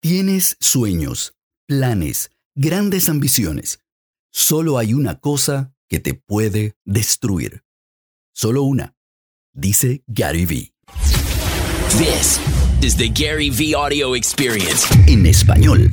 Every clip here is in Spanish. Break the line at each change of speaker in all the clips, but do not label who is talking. Tienes sueños, planes, grandes ambiciones. Solo hay una cosa que te puede destruir. Solo una, dice Gary Vee.
This is the Gary V audio experience.
En español.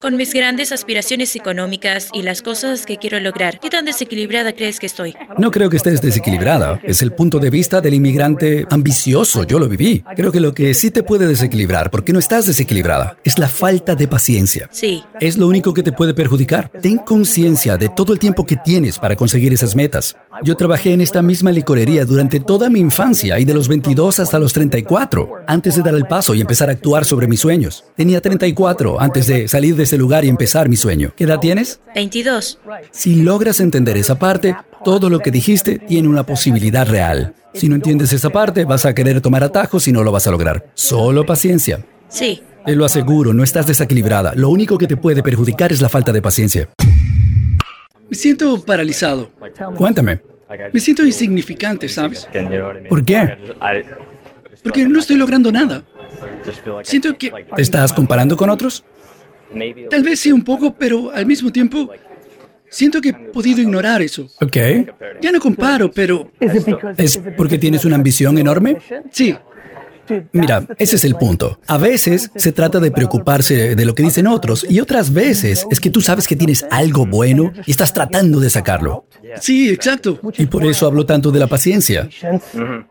Con mis grandes aspiraciones económicas y las cosas que quiero lograr, ¿qué tan desequilibrada crees que estoy?
No creo que estés desequilibrada. Es el punto de vista del inmigrante ambicioso. Yo lo viví. Creo que lo que sí te puede desequilibrar, porque no estás desequilibrada, es la falta de paciencia.
Sí,
Es lo único que te puede perjudicar. Ten conciencia de todo el tiempo que tienes para conseguir esas metas. Yo trabajé en esta misma licorería durante toda mi infancia y de los 22 hasta los 34, antes de dar el paso y empezar a actuar sobre mis sueños. Tenía 34 antes de salir de ese lugar y empezar mi sueño. ¿Qué edad tienes?
22.
Si logras entender esa parte, todo lo que dijiste tiene una posibilidad real. Si no entiendes esa parte, vas a querer tomar atajos y no lo vas a lograr. Solo paciencia.
Sí,
Te lo aseguro, no estás desequilibrada. Lo único que te puede perjudicar es la falta de paciencia.
Me siento paralizado.
Cuéntame,
Me siento insignificante, ¿sabes?
¿por qué?
Porque no estoy logrando nada. Siento que
¿Te estás comparando con otros?
tal vez sí un poco, pero al mismo tiempo siento que he podido ignorar eso.
Ok.
Ya no comparo, pero
¿Es porque tienes una ambición enorme?
sí,
Mira, ese es el punto. A veces se trata de preocuparse de lo que dicen otros y otras veces es que tú sabes que tienes algo bueno y estás tratando de sacarlo.
sí, exacto.
Y por eso hablo tanto de la paciencia.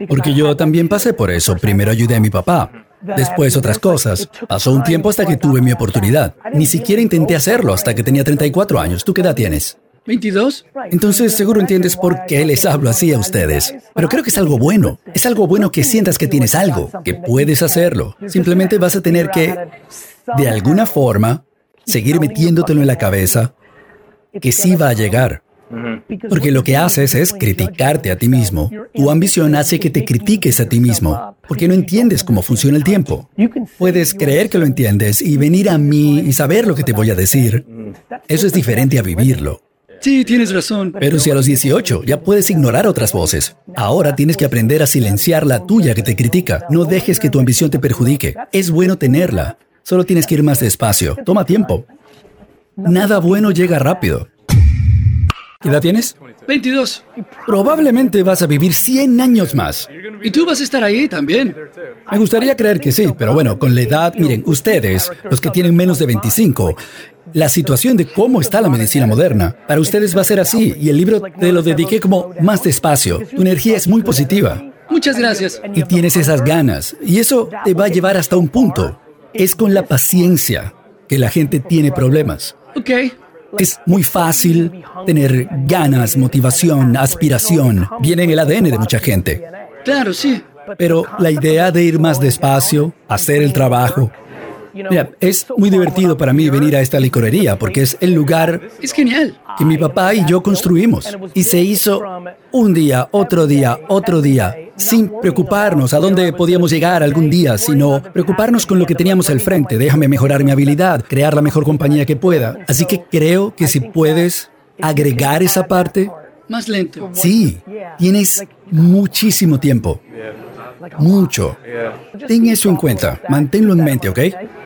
Porque yo también pasé por eso. Primero ayudé a mi papá, después otras cosas. Pasó un tiempo hasta que tuve mi oportunidad. Ni siquiera intenté hacerlo hasta que tenía 34 años. ¿Tú qué edad tienes?
22.
Entonces seguro entiendes por qué les hablo así a ustedes. Pero creo que es algo bueno. Es algo bueno que sientas que tienes algo, que puedes hacerlo. Simplemente vas a tener que, de alguna forma, seguir metiéndotelo en la cabeza que sí va a llegar. Porque lo que haces es criticarte a ti mismo. Tu ambición hace que te critiques a ti mismo, porque no entiendes cómo funciona el tiempo. Puedes creer que lo entiendes y venir a mí y saber lo que te voy a decir. Eso es diferente a vivirlo.
Sí, tienes razón.
Pero si a los 18 ya puedes ignorar otras voces, ahora tienes que aprender a silenciar la tuya que te critica. No dejes que tu ambición te perjudique. Es bueno tenerla. Solo tienes que ir más despacio. Toma tiempo. Nada bueno llega rápido. ¿Qué edad tienes?
22.
Probablemente vas a vivir 100 años más.
Y tú vas a estar ahí también.
Me gustaría creer que sí, pero bueno, con la edad, miren, ustedes, los que tienen menos de 25, la situación de cómo está la medicina moderna, para ustedes va a ser así, y el libro te lo dediqué como más despacio. Tu energía es muy positiva,
Muchas gracias.
y tienes esas ganas, y eso te va a llevar hasta un punto. Es con la paciencia que la gente tiene problemas.
Ok.
Es muy fácil tener ganas, motivación, aspiración. Viene en el ADN de mucha gente.
Claro, sí.
Pero la idea de ir más despacio, hacer el trabajo. Mira, es muy divertido para mí venir a esta licorería porque es el lugar
Es genial.
que mi papá y yo construimos. Y se hizo un día, otro día, otro día, sin preocuparnos a dónde podíamos llegar algún día, sino preocuparnos con lo que teníamos al frente. Déjame mejorar mi habilidad, crear la mejor compañía que pueda. Así que creo que si puedes agregar esa parte,
Más lento.
sí, tienes muchísimo tiempo. Mucho. Ten eso en cuenta, manténlo en mente, ¿ok?